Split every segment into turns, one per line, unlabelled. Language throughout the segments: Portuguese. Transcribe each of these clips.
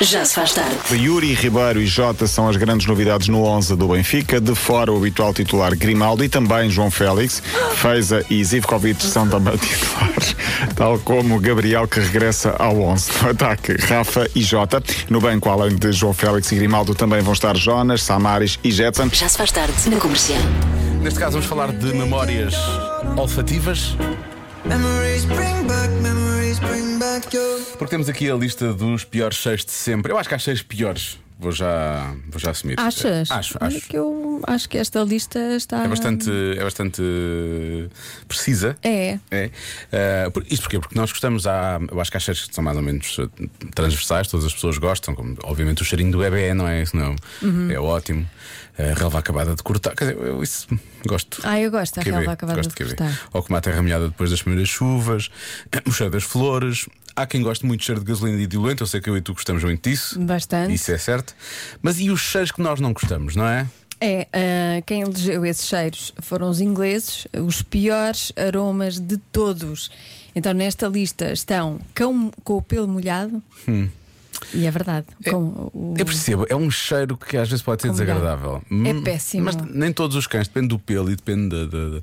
Já se faz tarde.
Yuri Ribeiro e Jota são as grandes novidades no 11 do Benfica. De fora, o habitual titular Grimaldo e também João Félix. Feiza e Zivkovic são também titulares, tal como Gabriel, que regressa ao 11. No ataque, Rafa e Jota. No banco, além de João Félix e Grimaldo, também vão estar Jonas, Samaris e Jetson.
Já se faz tarde na comercial.
Neste caso, vamos falar de memórias olfativas,
Memories bring back, memories bring back your
porque temos aqui a lista dos piores cheiros de sempre. Eu acho que há cheiros piores. Vou já, vou já assumir.
Achas?
Acho,
Olha
acho.
Que eu acho que esta lista está.
É bastante, é bastante precisa.
É.
É. Ah, por- isto porquê? Porque nós gostamos, há, eu acho que há cheiros que são mais ou menos eh, transversais, todas as pessoas gostam, como obviamente o cheirinho do bebê, não é? Isso não
Uhum.
é ótimo. A relva acabada de cortar, quer dizer, eu isso gosto.
Ah, eu gosto da
QB,
relva acabada
gosto
de cortar.
Ou como a terra molhada depois das primeiras chuvas, o cheiro das flores. Há quem goste muito de cheiro de gasolina e diluente, eu sei que eu e tu gostamos muito disso.
Bastante.
Isso é certo. Mas e os cheiros que nós não gostamos, não é?
É, ah, quem elegeu esses cheiros foram os ingleses, os piores aromas de todos. Então nesta lista estão cão com o pelo molhado. E é verdade. com o-
Eu percebo, Hum. é um cheiro que às vezes pode ser
Combinado.
desagradável.
É
Hum,
péssimo.
Mas nem todos os cães, depende do pelo e depende da, da, da-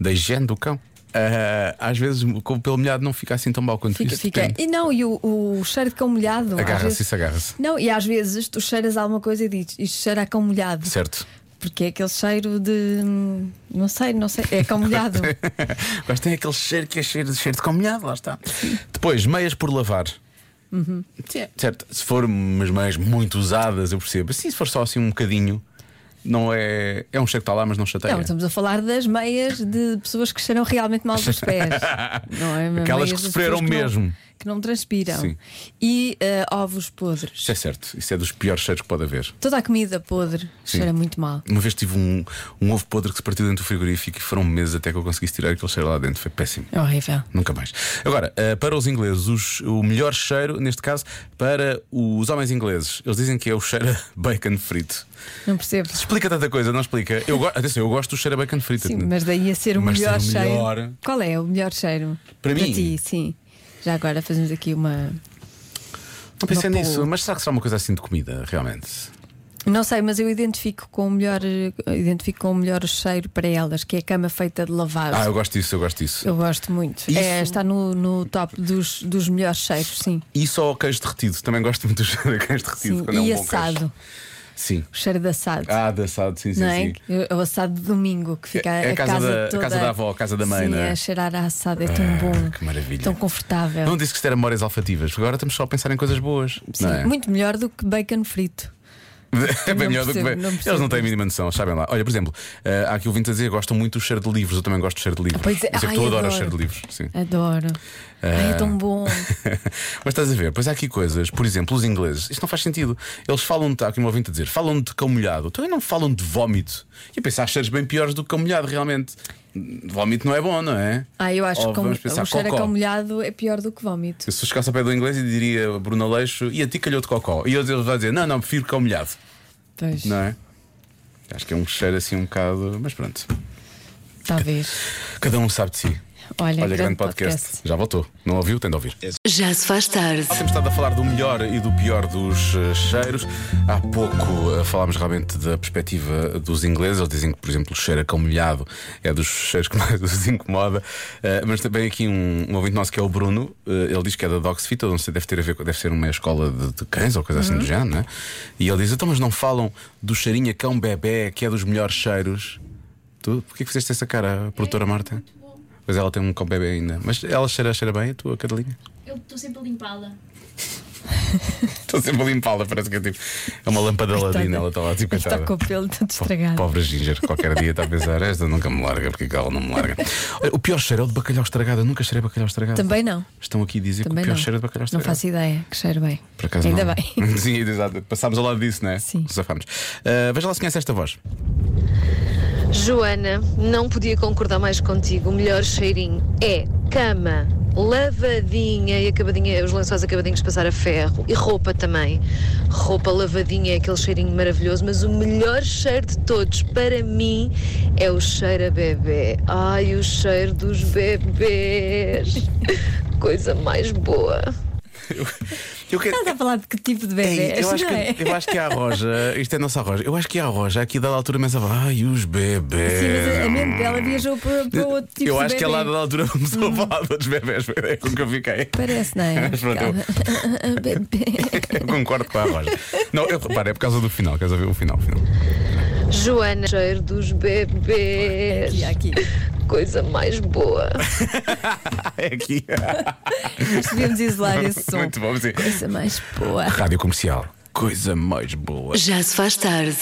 da higiene do cão. Ah, às vezes com o pelo molhado não fica assim tão mal quanto
Fica,
isso.
fica.
depende.
E não, e o, o cheiro de cão molhado. às
Agarra-se,
vezes-
isso agarra-se.
Não, e às vezes tu cheiras alguma coisa e dizes isto cheira a cão molhado.
Certo.
Porque é aquele cheiro de. hum, Não sei, não sei. É cão molhado.
Mas tem aquele cheiro que é cheiro, de- cheiro de combinado, lá está. Depois, meias por lavar.
Uhum.
Sim, Certo, se for umas meias muito usadas, eu percebo. Assim, se for só assim um bocadinho, não é. É um cheiro que está lá, mas não chateia.
Não, é estamos a falar das meias de pessoas que cheiram realmente mal dos pés. não é?
Aquelas
Meias
que
das
sofreram
pessoas que não-
mesmo.
Que não transpiram.
Sim.
E ah, ovos podres.
Isso é certo, isso é dos piores cheiros que pode haver.
Toda a comida podre cheira muito mal.
Uma vez tive um, um ovo podre que se partiu dentro do frigorífico e foram meses até que eu conseguisse tirar aquele cheiro lá dentro. Foi péssimo.
É horrível.
Nunca mais. Agora, eh, para os ingleses, os- o melhor cheiro, neste caso, para os homens ingleses, eles dizem que é o cheiro a bacon frito.
Não percebo.
Explica tanta coisa, não explica? Eu go- Atenção, eu gosto do cheiro a bacon frito.
Sim, mas daí a ser o
Mas
melhor
ser o
cheiro.
melhor.
Qual é o melhor cheiro?
Para mim?
ti, sim. Já agora fazemos aqui uma.
Não pensei
Uma
nisso,
polo.
mas será que será uma coisa assim de comida, realmente?
Não sei, mas eu identifico com o melhor, eh, identifico com o melhor cheiro para elas, que é a cama feita de lavar.
Ah, eu gosto disso, eu gosto disso.
Eu gosto muito.
Isso-
É, está no, no top dos, dos melhores cheiros, sim.
E só o queijo derretido, também gosto muito do cheiro a queijo derretido.
Sim,
quando é um
E
bom queijo.
assado,
Sim.
o cheiro de assado.
Ah, de assado, sim, sim,
não é?
sim.
É O assado de domingo que fica
É- é
a,
a casa da- a
toda...
casa da avó, a casa da mãe,
Sim,
não é? Ah,
a cheirar a assado é tão bom,
que maravilha.
tão confortável.
Não disse que isto era memórias olfativas, porque agora estamos só a pensar em coisas boas.
É. Sim,
não é?
Muito melhor do que bacon frito.
É bem
Não
melhor do que
percebo,
bem.
não percebo.
Eles não têm a mínima noção, sabem lá. Olha, por exemplo, eh, há aqui ouvinte a dizer gostam muito do cheiro de livros, eu também gosto do cheiro de livros.
pois é.
Eu sei que
Ai,
tu adoras
adoro.
o cheiro de livros. Sim.
Adoro.
Ah.
Ai, é tão bom.
Mas estás a ver, pois há aqui coisas, por exemplo, os ingleses, isto não faz sentido. Eles falam de, há aqui um ouvinte a dizer, falam de cão molhado, também não falam de vómito. E eu penso, há cheiros bem piores do que cão molhado, realmente. Vómito não é bom, não é?
Ah, eu acho
Ou
que
vamos
com-
pensar,
o cheiro a
cocó.
cão molhado é pior do que vómito.
Se eu chegasse ao pé do inglês e diria Bruno Aleixo e a ti calhou de cocó. E eles eles vão dizer: não, não, prefiro cão molhado,
Pois,
não é? Acho que é um cheiro assim um bocado. Mas pronto.
talvez.
Cada um sabe de si.
Olha,
Olha, grande podcast. Já voltou. Não ouviu? Tem de ouvir.
Já se faz tarde.
Temos estado a falar do melhor e do pior dos eh, cheiros. Há pouco eh, falámos realmente da perspectiva dos ingleses. Eles dizem que, por exemplo, o cheiro a cão molhado é dos cheiros que mais os incomoda. Eh, mas também aqui um, um ouvinte nosso que é o Bruno. eh, ele diz que é da Doxfit, ou não sei, deve, ter a ver, com- deve ser uma escola de, de cães ou coisa assim do género, né? E ele diz: então, mas não falam do cheirinho a cão bebê, que é dos melhores cheiros? Tu, porquê que fizeste essa cara, produtora Marta? Pois ela tem um cão bebê ainda. Mas ela cheira, cheira bem, a tua Carolinha?
Eu estou sempre a limpá-la.
Estou sempre a limpá-la, parece que é tipo. É uma lâmpada ladina, ela está lá tipo
Está tá com o
coitada.
pelo todo estragado.
Pobre Ginger, qualquer dia está a pensar, esta nunca me larga, porque é que ela não me larga. Olha, O pior cheiro é o de bacalhau estragado, eu nunca cheirei bacalhau estragado.
Também não.
Estão aqui a dizer
Também
que o pior
não.
cheiro é de bacalhau
Não
estragado.
faço ideia, que cheiro bem.
Por acaso
Ainda
não.
bem.
Sim, exato. Passámos ao lado disso, não é?
Sim.
Zafámos. Ah, veja lá se conhece esta voz.
Joana, não podia concordar mais contigo. O melhor cheirinho é cama, lavadinha e acabadinha, os lençóis acabadinhos de passar a ferro e roupa também. Roupa lavadinha é aquele cheirinho maravilhoso, mas o melhor cheiro de todos para mim é o cheiro a bebê. Ai, o cheiro dos bebês. Coisa mais boa.
Eu quero-
Estás a falar de que tipo de
Ei,
bebês,
eu, acho
não é?
que, eu acho que a Roja, isto é a nossa Roja, eu acho que a Roja aqui da altura começa a falar, ai, os bebés.
Sim, mas a- a mente dela viajou para, para outro tipo
É, hum.
Hum.
eu
de
acho que ela
bebê.
da altura começou a falar de outros bebés, foi daí com que eu fiquei.
Parece, não é?
Mas pronto, eu-
Calma. Bebê.
Eu concordo com a Roja. Não, eu reparo, é por causa do final, queres ouvir o final? o final.
Joana, cheiro dos bebês.
Aqui, aqui.
Coisa mais boa.
É aqui.
Nós devíamos isolar esse som.
Muito bom, sim.
Coisa mais boa.
Rádio comercial, coisa mais boa.
Já se faz tarde.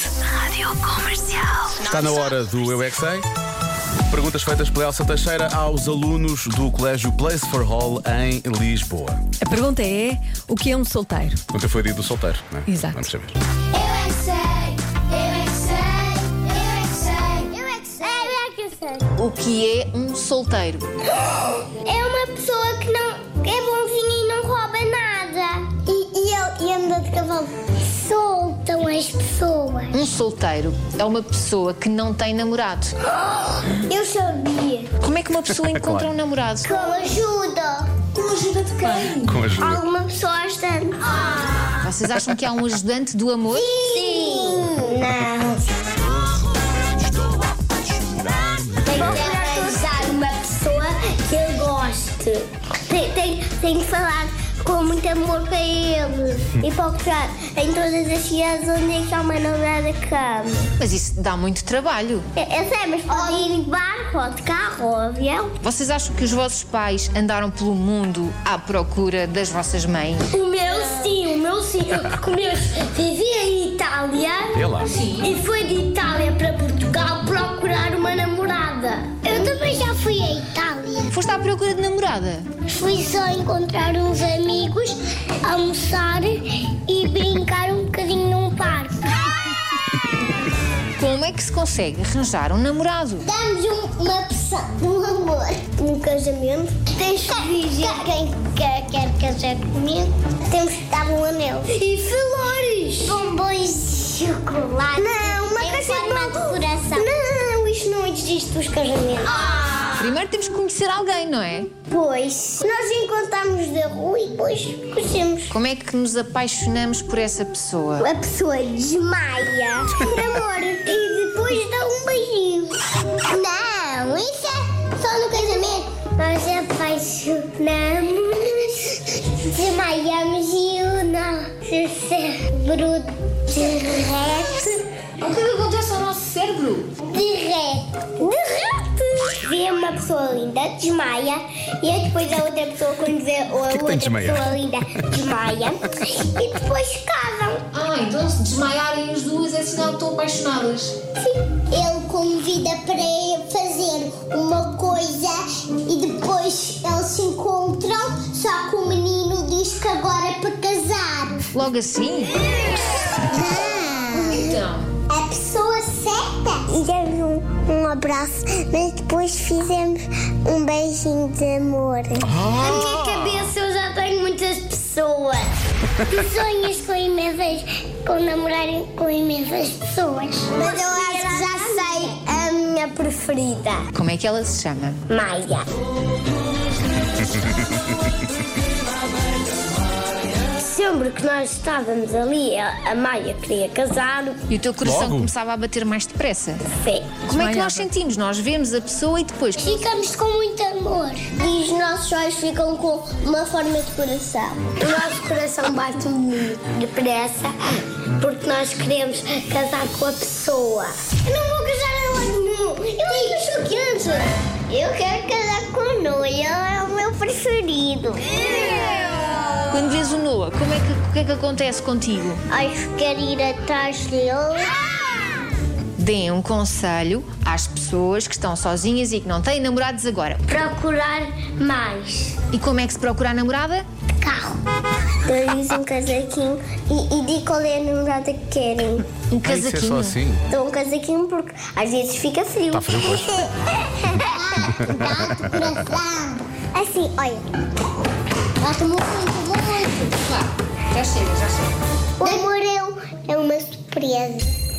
Está na hora do Eu é Que Sei. Perguntas feitas pela Elsa Teixeira aos alunos do Colégio Place for Hall em Lisboa.
A pergunta é: o que é um solteiro?
Nunca foi dia do solteiro, não é?
Exato.
Vamos saber.
Eu é que sei, eu é que sei, eu é que sei, eu é que sei, eu é que sei.
O que é um solteiro?
É uma pessoa que não é bonzinha e não rouba nada. E, ele anda de cavalo. Soltam as pessoas.
Um solteiro é uma pessoa que não tem namorado.
Eu sabia.
Como é que uma pessoa encontra um namorado?
Com ajuda. Com ajuda de quem? Ah.
Com ajuda.
Alguma pessoa ajudando.
Vocês acham que há um ajudante do amor?
Sim. Não. Tem que arranjar uma pessoa que ele goste. Tem, tem, tem que falar com muito amor para ele. E procurar em todas as cidades onde é que há uma namorada que ama.
Mas isso dá muito trabalho.
É, é sério, mas pode ir de barco, ou de carro, ou avião.
Vocês acham que os vossos pais andaram pelo mundo à procura das vossas mães?
O meu sim, o meu sim. Porque o meu vivia em Itália.
É lá.
E foi de Itália para Portugal procurar uma namorada. Eu também já fui à Itália.
Foste à procura de namorada?
Fui só encontrar uns amigos, almoçar e brincar um bocadinho num parque.
Como é que se consegue arranjar um namorado?
Damos uma pessoa, um amor. Um casamento. Tens que dizer quem quer, quer casar comigo. Temos que dar um anel. E flores. Bombons de chocolate. Não, uma casamento. de coração. Não, isto não existe dos casamentos. Ah!
Primeiro temos que conhecer alguém, não é?
Pois. Nós encontramos da rua e depois conhecemos.
Como é que nos apaixonamos por essa pessoa?
A pessoa desmaia por amor e depois dá um beijinho. Não, isso é só no casamento. Nós apaixonamos, desmaiamos e o nosso cérebro derrete.
É um
O que acontece ao nosso cérebro? Derrete. Derrete. Vê uma pessoa linda, desmaia, e depois a outra pessoa, quando vê a
que tem de
outra
desmaiar?
pessoa linda, desmaia, e depois casam.
Ah, então se desmaiarem as duas é sinal que estão apaixonadas.
Ele convida para fazer uma coisa e depois eles se encontram, só que o menino diz que agora é para casar.
Logo assim?
Então. A pessoa certa. Demos um, um abraço, mas depois fizemos um beijinho de amor. Na minha cabeça eu já tenho muitas pessoas. Tu sonhas com imensas, com namorar com imensas pessoas. Mas eu acho que já sei a minha preferida,
Como é que ela se chama?
Maia. Sempre que nós estávamos ali, a a Maia queria casar.
E o teu coração
Logo?
começava a bater mais depressa? Como
Sim.
é que
Desmaiava.
nós sentimos? Nós vemos a pessoa e depois.
Ficamos com muito amor. E os nossos olhos ficam com uma forma de coração. O nosso coração bate muito depressa porque nós queremos casar com a pessoa. Eu não vou casar a lado nenhum. Eu acho chocante. Eu quero casar com o Noah. Ele é o meu preferido.
Quando vês o Noah, como é que, o que é que acontece contigo?
Acho que quero ir atrás dele. Ah!
Deem um conselho às pessoas que estão sozinhas e que não têm namorados agora.
Procurar mais.
E como é que se procura a namorada?
carro. Eu uso um casaquinho e, e digo qual é a namorada que querem.
Um
Ai, isso é
casaquinho.
só assim.
Dou um casaquinho porque às vezes fica frio. Tá frio hoje. assim, olha. Gosto muito, muito.
Já chega, já chega.
O amor é, um- é uma surpresa.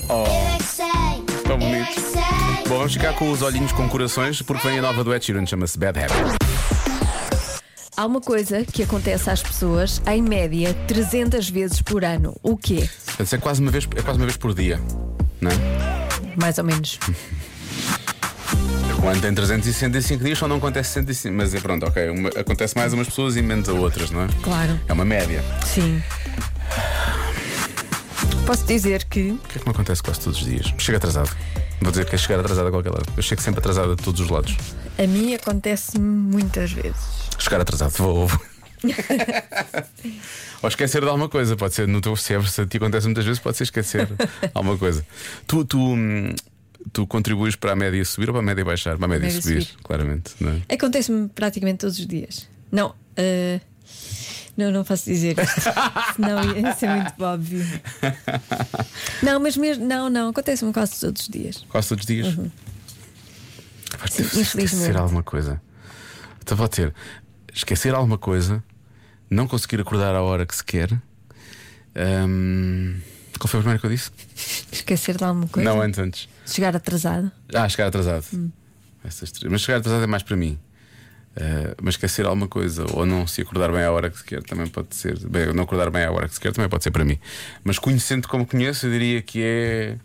Oh,
Eu é que sei.
tão bonito. Bom, vamos ficar com os olhinhos com corações porque vem a nova do Ed Sheeran, chama-se Bad Habit.
Há uma coisa que acontece às pessoas, em média, 300 vezes por ano. O quê?
Portanto, é quase uma vez, é quase uma vez por dia. Não é?
Mais ou menos.
O ano tem 365 dias, só não acontece 65. Mas é pronto, ok. uma- acontece mais a umas pessoas e menos a outras, não é?
Claro.
É uma média.
Sim. Posso dizer que
O que é que me acontece quase todos os dias? Chego atrasado. Vou dizer que é chegar atrasado a qualquer lado. Eu chego sempre atrasado a todos os lados.
a mim acontece muitas vezes.
Chegar atrasado, vou. vou. Ou esquecer de alguma coisa, pode ser no teu cérebro, se a ti acontece muitas vezes, pode ser esquecer alguma coisa. Tu, tu, hum, tu contribuis para a média subir ou para a média baixar? Para a média,
Média
subir,
subir.
claramente. Não é?
Acontece-me praticamente todos os dias. Não, ah, não, não posso dizer isto. Senão ia ser muito óbvio. Não, mas mesmo. Não, não, acontece-me quase todos os dias.
Quase todos os dias. Vai ter-
Uhum. Sim,
esquecer
infelizmente.
alguma coisa. Então pode ter esquecer alguma coisa, não conseguir acordar à hora que se quer. Hum, qual foi o primeiro que eu disse?
Esquecer de alguma coisa.
Não, é. antes, antes.
Chegar atrasado.
Ah, chegar atrasado. Essas três. Mas chegar atrasado é mais para mim. Ah, mas esquecer alguma coisa ou não se acordar bem à hora que se quer também pode ser. Bem, não acordar bem à hora que se quer também pode ser para mim. Mas conhecendo como conheço, eu diria que é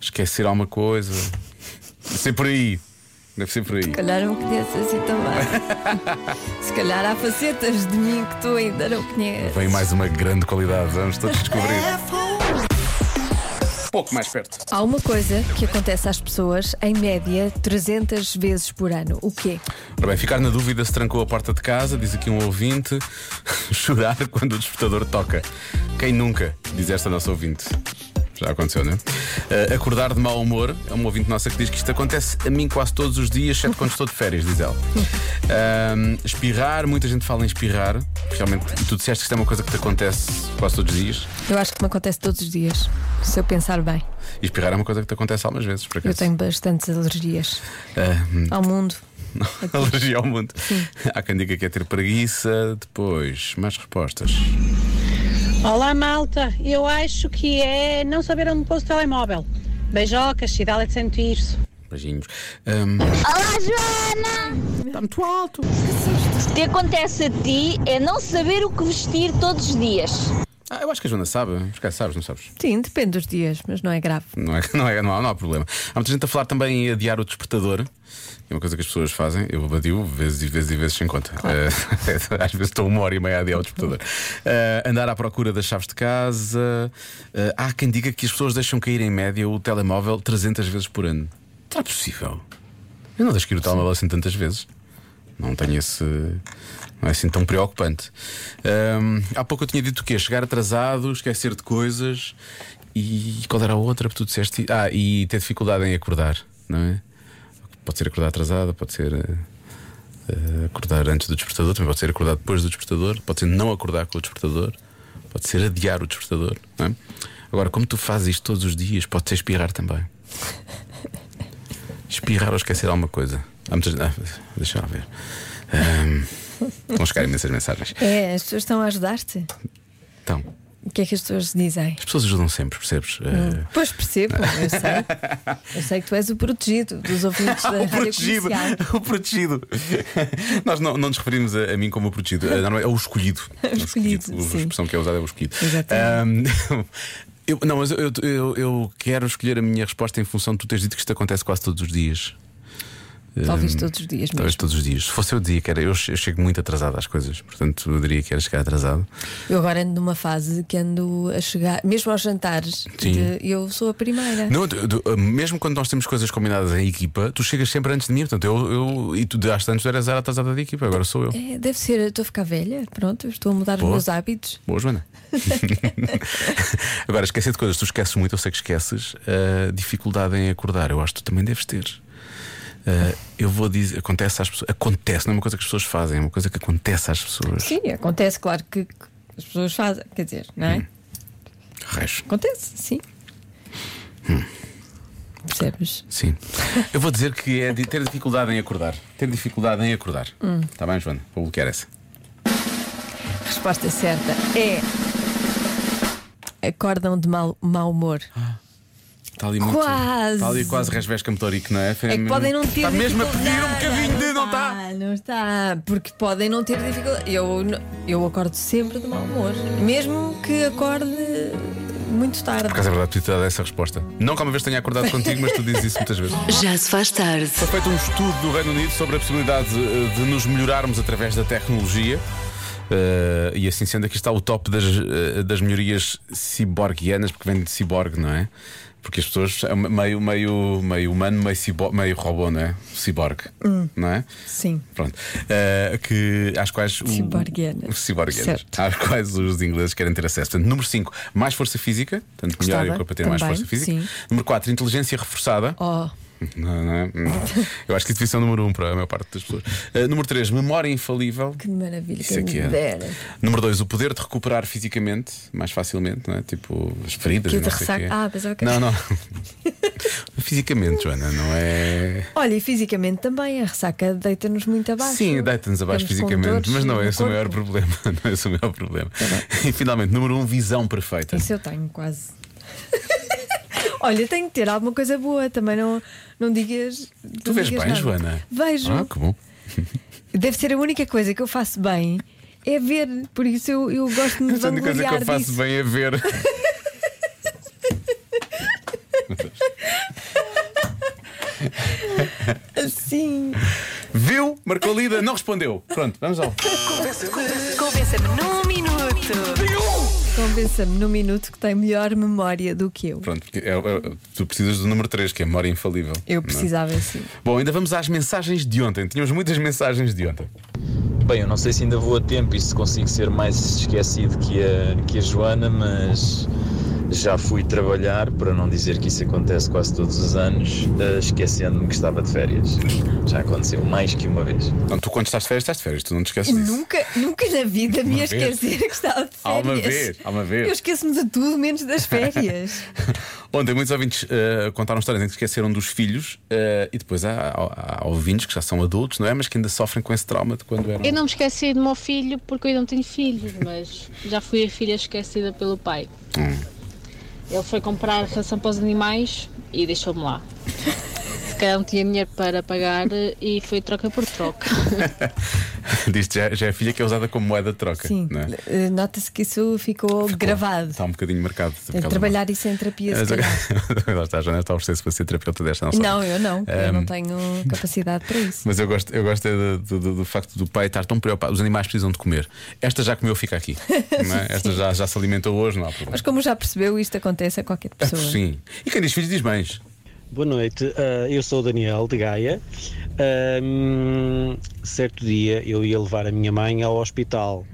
esquecer alguma coisa. Deve ser por aí. Deve ser por aí.
Se calhar não conheces assim também. Se calhar há facetas de mim que tu ainda não conheces.
Vem mais uma grande qualidade, vamos todos descobrir. Pouco mais perto.
Há uma coisa que acontece às pessoas, em média, 300 vezes por ano. O quê?
Ora bem, ficar na dúvida se trancou a porta de casa, diz aqui um ouvinte, chorar quando o despertador toca. Quem nunca, diz esta nossa ouvinte. Já aconteceu, não é? Ah, acordar de mau humor, é uma ouvinte nossa que diz que isto acontece a mim quase todos os dias, exceto quando estou de férias, diz ela. Ahm, espirrar, muita gente fala em espirrar, realmente tu disseste que isto é uma coisa que te acontece quase todos os dias.
Eu acho que me acontece todos os dias, se eu pensar bem.
E espirrar é uma coisa que te acontece algumas vezes, por
Eu
acaso.
tenho bastantes alergias
Ahm,
ao mundo.
Alergia ao mundo. Há quem diga que é ter preguiça. Depois, mais respostas.
Olá, malta. Eu acho que é não saber onde pôs o telemóvel. Beijocas, Cidade de Santo Tirso.
Beijinhos. Hum, Ahm,
Olá, Joana!
O que acontece a ti é não saber o que vestir todos os dias.
ah, eu acho que a Joana sabe. Esquece, sabes, não sabes?
Sim, depende dos dias, mas não é grave.
Não, é, não, é, não, há, não há problema. Há muita gente a falar também em adiar o despertador. que É uma coisa que as pessoas fazem. Eu abadio vezes e vezes e vezes sem conta. Eh, às vezes estou uma hora e meia a adiar o despertador. Eh, andar à procura das chaves de casa. Eh, há quem diga que as pessoas deixam cair em média o telemóvel 300 vezes por ano. Será possível? Eu não deixo cair o telemóvel assim tantas vezes. Não tenho esse. Não é assim tão preocupante. Ahm, há pouco eu tinha dito o quê? Chegar atrasado, esquecer de coisas e qual era a outra que tu disseste? Ah, e ter dificuldade em acordar, não é? Pode ser acordar atrasado, pode ser eh, eh, acordar antes do despertador, também pode ser acordar depois do despertador, pode ser não acordar com o despertador, pode ser adiar o despertador, não é? Agora, como tu fazes isto todos os dias, pode ser espirrar também. Espirrar ou esquecer alguma coisa. Há muitas. Ah, deixa lá ver. Ahm, Estão a chegar imensas mensagens.
É, as pessoas estão a ajudar-te.
Então,
O que é que as pessoas dizem?
as pessoas ajudam sempre, percebes? Ah,
Pois percebo, eu sei. Eu sei que tu és o protegido dos ouvintes da
o
rádio
protegido,
comercial.
o protegido. Nós não, não nos referimos a, a mim como o protegido, eh, normalmente é o escolhido. É
O escolhido,
A
sim.
expressão que é usada é o escolhido.
Exatamente.
Ahm, eu- não, mas eu, eu, eu quero escolher a minha resposta em função de tu teres dito que isto acontece quase todos os dias.
Talvez todos os dias
Talvez
mesmo.
todos os dias. Se fosse eu, dizia que era. Eu, che- eu chego muito atrasado às coisas, portanto, eu diria que era chegar atrasado.
Eu agora ando numa fase que ando a chegar, mesmo aos jantares,
Sim.
de- eu sou a primeira.
Não, tu- tu- mesmo quando nós temos coisas combinadas em equipa, tu chegas sempre antes de mim, portanto, eu, eu e tu daste antes, tu eras a atrasada da equipa, agora sou eu.
É, deve ser, eu estou a ficar velha, pronto, eu estou a mudar
Boa.
os meus hábitos.
Boa, Joana. Agora, esquecer de coisas, tu esqueces muito, eu sei que esqueces. ah, dificuldade em acordar, eu acho que tu também deves ter. Ah, eu vou dizer, acontece às pessoas, acontece, não é uma coisa que as pessoas fazem, é uma coisa que acontece às pessoas.
Sim, acontece, claro que que as pessoas fazem, quer dizer, não
Hum.
é?
Raios.
Acontece, sim.
Hum.
Percebes?
Sim. Eu vou dizer que é de ter dificuldade em acordar. Ter dificuldade em acordar. Está bem, Joana? Vou bloquear essa.
A resposta certa é. Acordam de mau, mau humor.
Está Tá ali muito.
Quase.
Está ali quase resvesca motorico, não é?
É que podem não ter
Está mesmo a pedir um
dificuldade.
bocadinho de. Não tá? está?
Não está, porque podem não ter dificuldade. Eu, n- eu acordo sempre de mau humor, mesmo que acorde muito tarde.
Por acaso é verdade, podia ter dado essa resposta. Não que uma vez tenha acordado contigo, mas tu dizes isso muitas vezes.
Já se faz tarde.
Foi feito um estudo do Reino Unido sobre a possibilidade eh, de nos melhorarmos através da tecnologia. Eh, e assim sendo, aqui está o top das, eh, das melhorias ciborguianas, porque vem de ciborgue, não é? Porque as pessoas é meio, meio, meio humano, meio, cibo, meio robô, não é? Ciborgue,
Hum.
não é?
Sim.
Pronto. Eh, que, às quais. o-
Ciborguianas.
Ciborguianas.
Certo.
Às quais os ingleses querem ter acesso. Portanto, número 5, mais força física. Portanto, melhor
Gostava,
o corpo a ter mais
também,
força física.
sim.
Número 4, inteligência reforçada.
Oh,
Não, não é? Não. Eu acho que isso devia ser o número 1 um para a maior parte das pessoas. Ah, número 3, memória infalível.
que maravilha.
Isso
que
aqui
me
é.
dera.
Número 2, o poder de recuperar fisicamente, mais facilmente, não é? Tipo, as feridas.
Que
e
de
não sei o quê.
ressaca- Ah, pensava que era-
Não, não. fisicamente, Joana, não é.
Olha, e fisicamente também, a ressaca deita-nos muito abaixo.
Sim, deita-nos abaixo
Ficamos com
fisicamente,
dores
mas não é
no
esse o maior
corpo. Tá
problema. Não é esse o maior problema. E finalmente, número 1, um, visão perfeita.
Isso eu tenho quase. Olha, tenho que ter alguma coisa boa, também não, não digas.
Tu
não
vês
digas
bem,
nada.
Joana?
Vejo.
Ah, que bom.
Deve ser a única coisa que eu faço bem é ver, por isso eu, eu gosto de me
A única coisa que
vangloriar
eu faço
disso.
bem é ver.
Sim.
Viu? Marcou a lida, não respondeu. Pronto, vamos ao.
Convença-me num minuto.
Convença-me num minuto que tem melhor memória do que eu.
Pronto, porque é- é- tu precisas do número 3, que é a memória infalível.
Eu
não é?
precisava assim.
Bom, ainda vamos às mensagens de ontem. Tínhamos muitas mensagens de ontem.
Bem, eu não sei se ainda vou a tempo e se consigo ser mais esquecido que a, que a Joana, mas já fui trabalhar, para não dizer que isso acontece quase todos os anos, eh, esquecendo-me que estava de férias. Já aconteceu mais que uma vez.
Não, tu quando estás de férias, estás de férias, tu não te esqueces disso.
Nunca, nunca na vida me ia
Uma vez.
esquecer que estava de férias.
Há uma vez, há uma vez.
Eu esqueço-me de tudo, menos das férias.
Ontem muitos ouvintes eh, contaram histórias em que esqueceram dos filhos eh, e depois há, há- há ouvintes que já são adultos, não é? Mas que ainda sofrem com esse trauma de quando eram.
Eu não me esqueci do meu filho porque eu ainda não tenho filhos, mas já fui a filha esquecida pelo pai.
Hum.
Ele foi comprar ração para os animais e deixou-me lá. Se calhar não tinha dinheiro para pagar e foi troca por troca.
Diz-te, já, já é a filha que é usada como moeda de troca.
Sim.
não é?
Eh, Nota-se que isso ficou, gravado.
Está um bocadinho marcado.
Tenho que É trabalhar isso em terapia, se
É, Mas
calhar.
agora- Lá está, a Joana está a oferecer-se para ser terapeuta desta nossa.
Não, eu não. Eu
Ahm.
não tenho capacidade para isso.
Mas eu gosto, eu gosto é do, do- do- do facto do pai estar tão preocupado. Os animais precisam de comer. Esta já comeu, fica aqui. não é? Esta já, já se alimentou hoje, não há problema.
Mas como já percebeu, isto acontece a qualquer pessoa.
Sim. E quem diz filhos diz bens.
Boa noite, ah, eu sou o Daniel de Gaia. Ahm, certo dia eu ia levar a minha mãe ao hospital.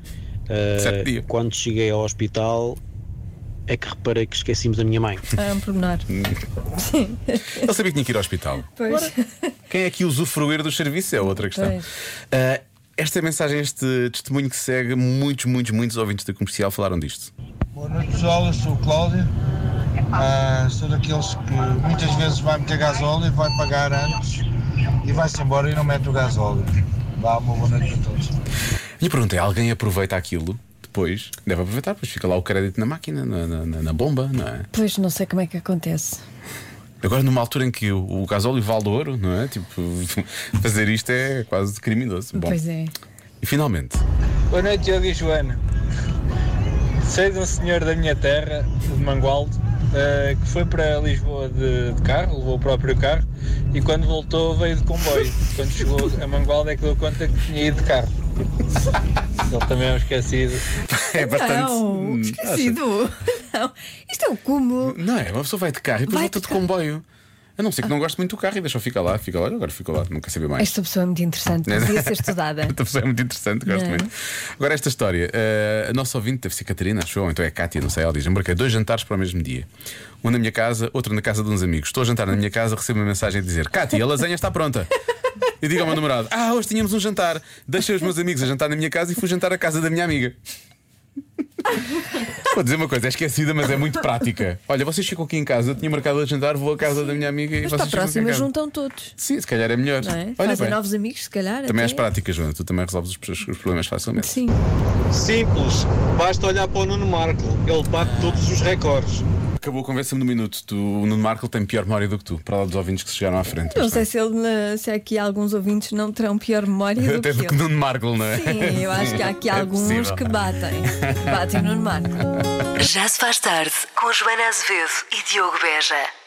Ah,
Certo dia.
Quando cheguei ao hospital é que reparei que esquecemos a minha mãe.
É um pormenor.
Hum.
Sim.
Ele sabia que tinha que ir ao hospital.
Pois.
Quem é que usufruir dos serviços é outra questão.
Pois.
Ah, esta mensagem, este testemunho que segue, muitos, muitos, muitos ouvintes da comercial falaram disto.
Boa noite pessoal, eu sou o Cláudio. Ah, sou daqueles que muitas vezes vai meter gasóleo, vai pagar antes e vai-se embora e não mete o gasóleo. Vá, uma boa noite para todos.
A minha pergunta é: alguém aproveita aquilo depois? Deve aproveitar, pois fica lá o crédito na máquina, na- na- na- na bomba, não é?
Pois não sei como é que acontece.
Agora, numa altura em que o, o gasóleo vale ouro, não é? Tipo, fazer isto é quase criminoso. Bom,
Pois é.
e finalmente,
Boa noite, Diogo e Joana. Sei de um senhor da minha terra, de Mangualde, eh, que foi para Lisboa de, de carro, levou o próprio carro, e quando voltou veio de comboio. Quando chegou a Mangualde é que deu conta que tinha ido de carro. Ele também é um esquecido.
é bastante.
Não,
Hum,
esquecido. Não. Isto é o cúmulo.
Não é? Uma pessoa vai de carro e depois
Vai
volta de,
de
comboio. A não ser que não goste muito do carro e deixa ficar lá, fica lá, agora fica lá, nunca saber mais.
Esta pessoa é muito interessante. Podia ser estudada.
Esta pessoa é muito interessante, gosto
Não.
muito. Agora, esta história. eh, a nossa ouvinte deve ser Catarina, acho eu, ou então é Cátia, não sei. Ela diz: marquei dois jantares para o mesmo dia. Um na minha casa, outro na casa de uns amigos. Estou a jantar na minha casa, recebo uma mensagem a dizer: Cátia, a lasanha está pronta. E digo ao meu namorado: Ah, hoje tínhamos um jantar. Deixei os meus amigos a jantar na minha casa e fui jantar à casa da minha amiga. Vou dizer uma coisa, é esquecida, mas é muito prática. Olha, vocês ficam aqui em casa, eu tinha marcado a jantar, vou à casa da minha amiga e
Mas para a
vocês ficam aqui em
próxima
casa.
juntam todos.
Sim, se calhar é melhor.
Não é?
Olha
Fazem
bem.
novos amigos, se calhar.
Também és
até.
prática, Joana, tu também resolves os, os problemas facilmente.
Sim.
Simples, basta olhar para o Nuno Marco, ele bate todos os recordes.
acabou a conversa no minuto. Tu, o Nuno Marco tem pior memória do que tu, para lá dos ouvintes que chegaram à frente.
Não sei se, ele, na- se aqui alguns ouvintes não terão pior memória do
Até
que
do que
ele.
Nuno Marco, não é?
Sim, eu acho que há aqui
É
alguns
possível.
que batem. Batem no Marco.
Já se faz tarde com Joana Azevedo e Diogo Beja.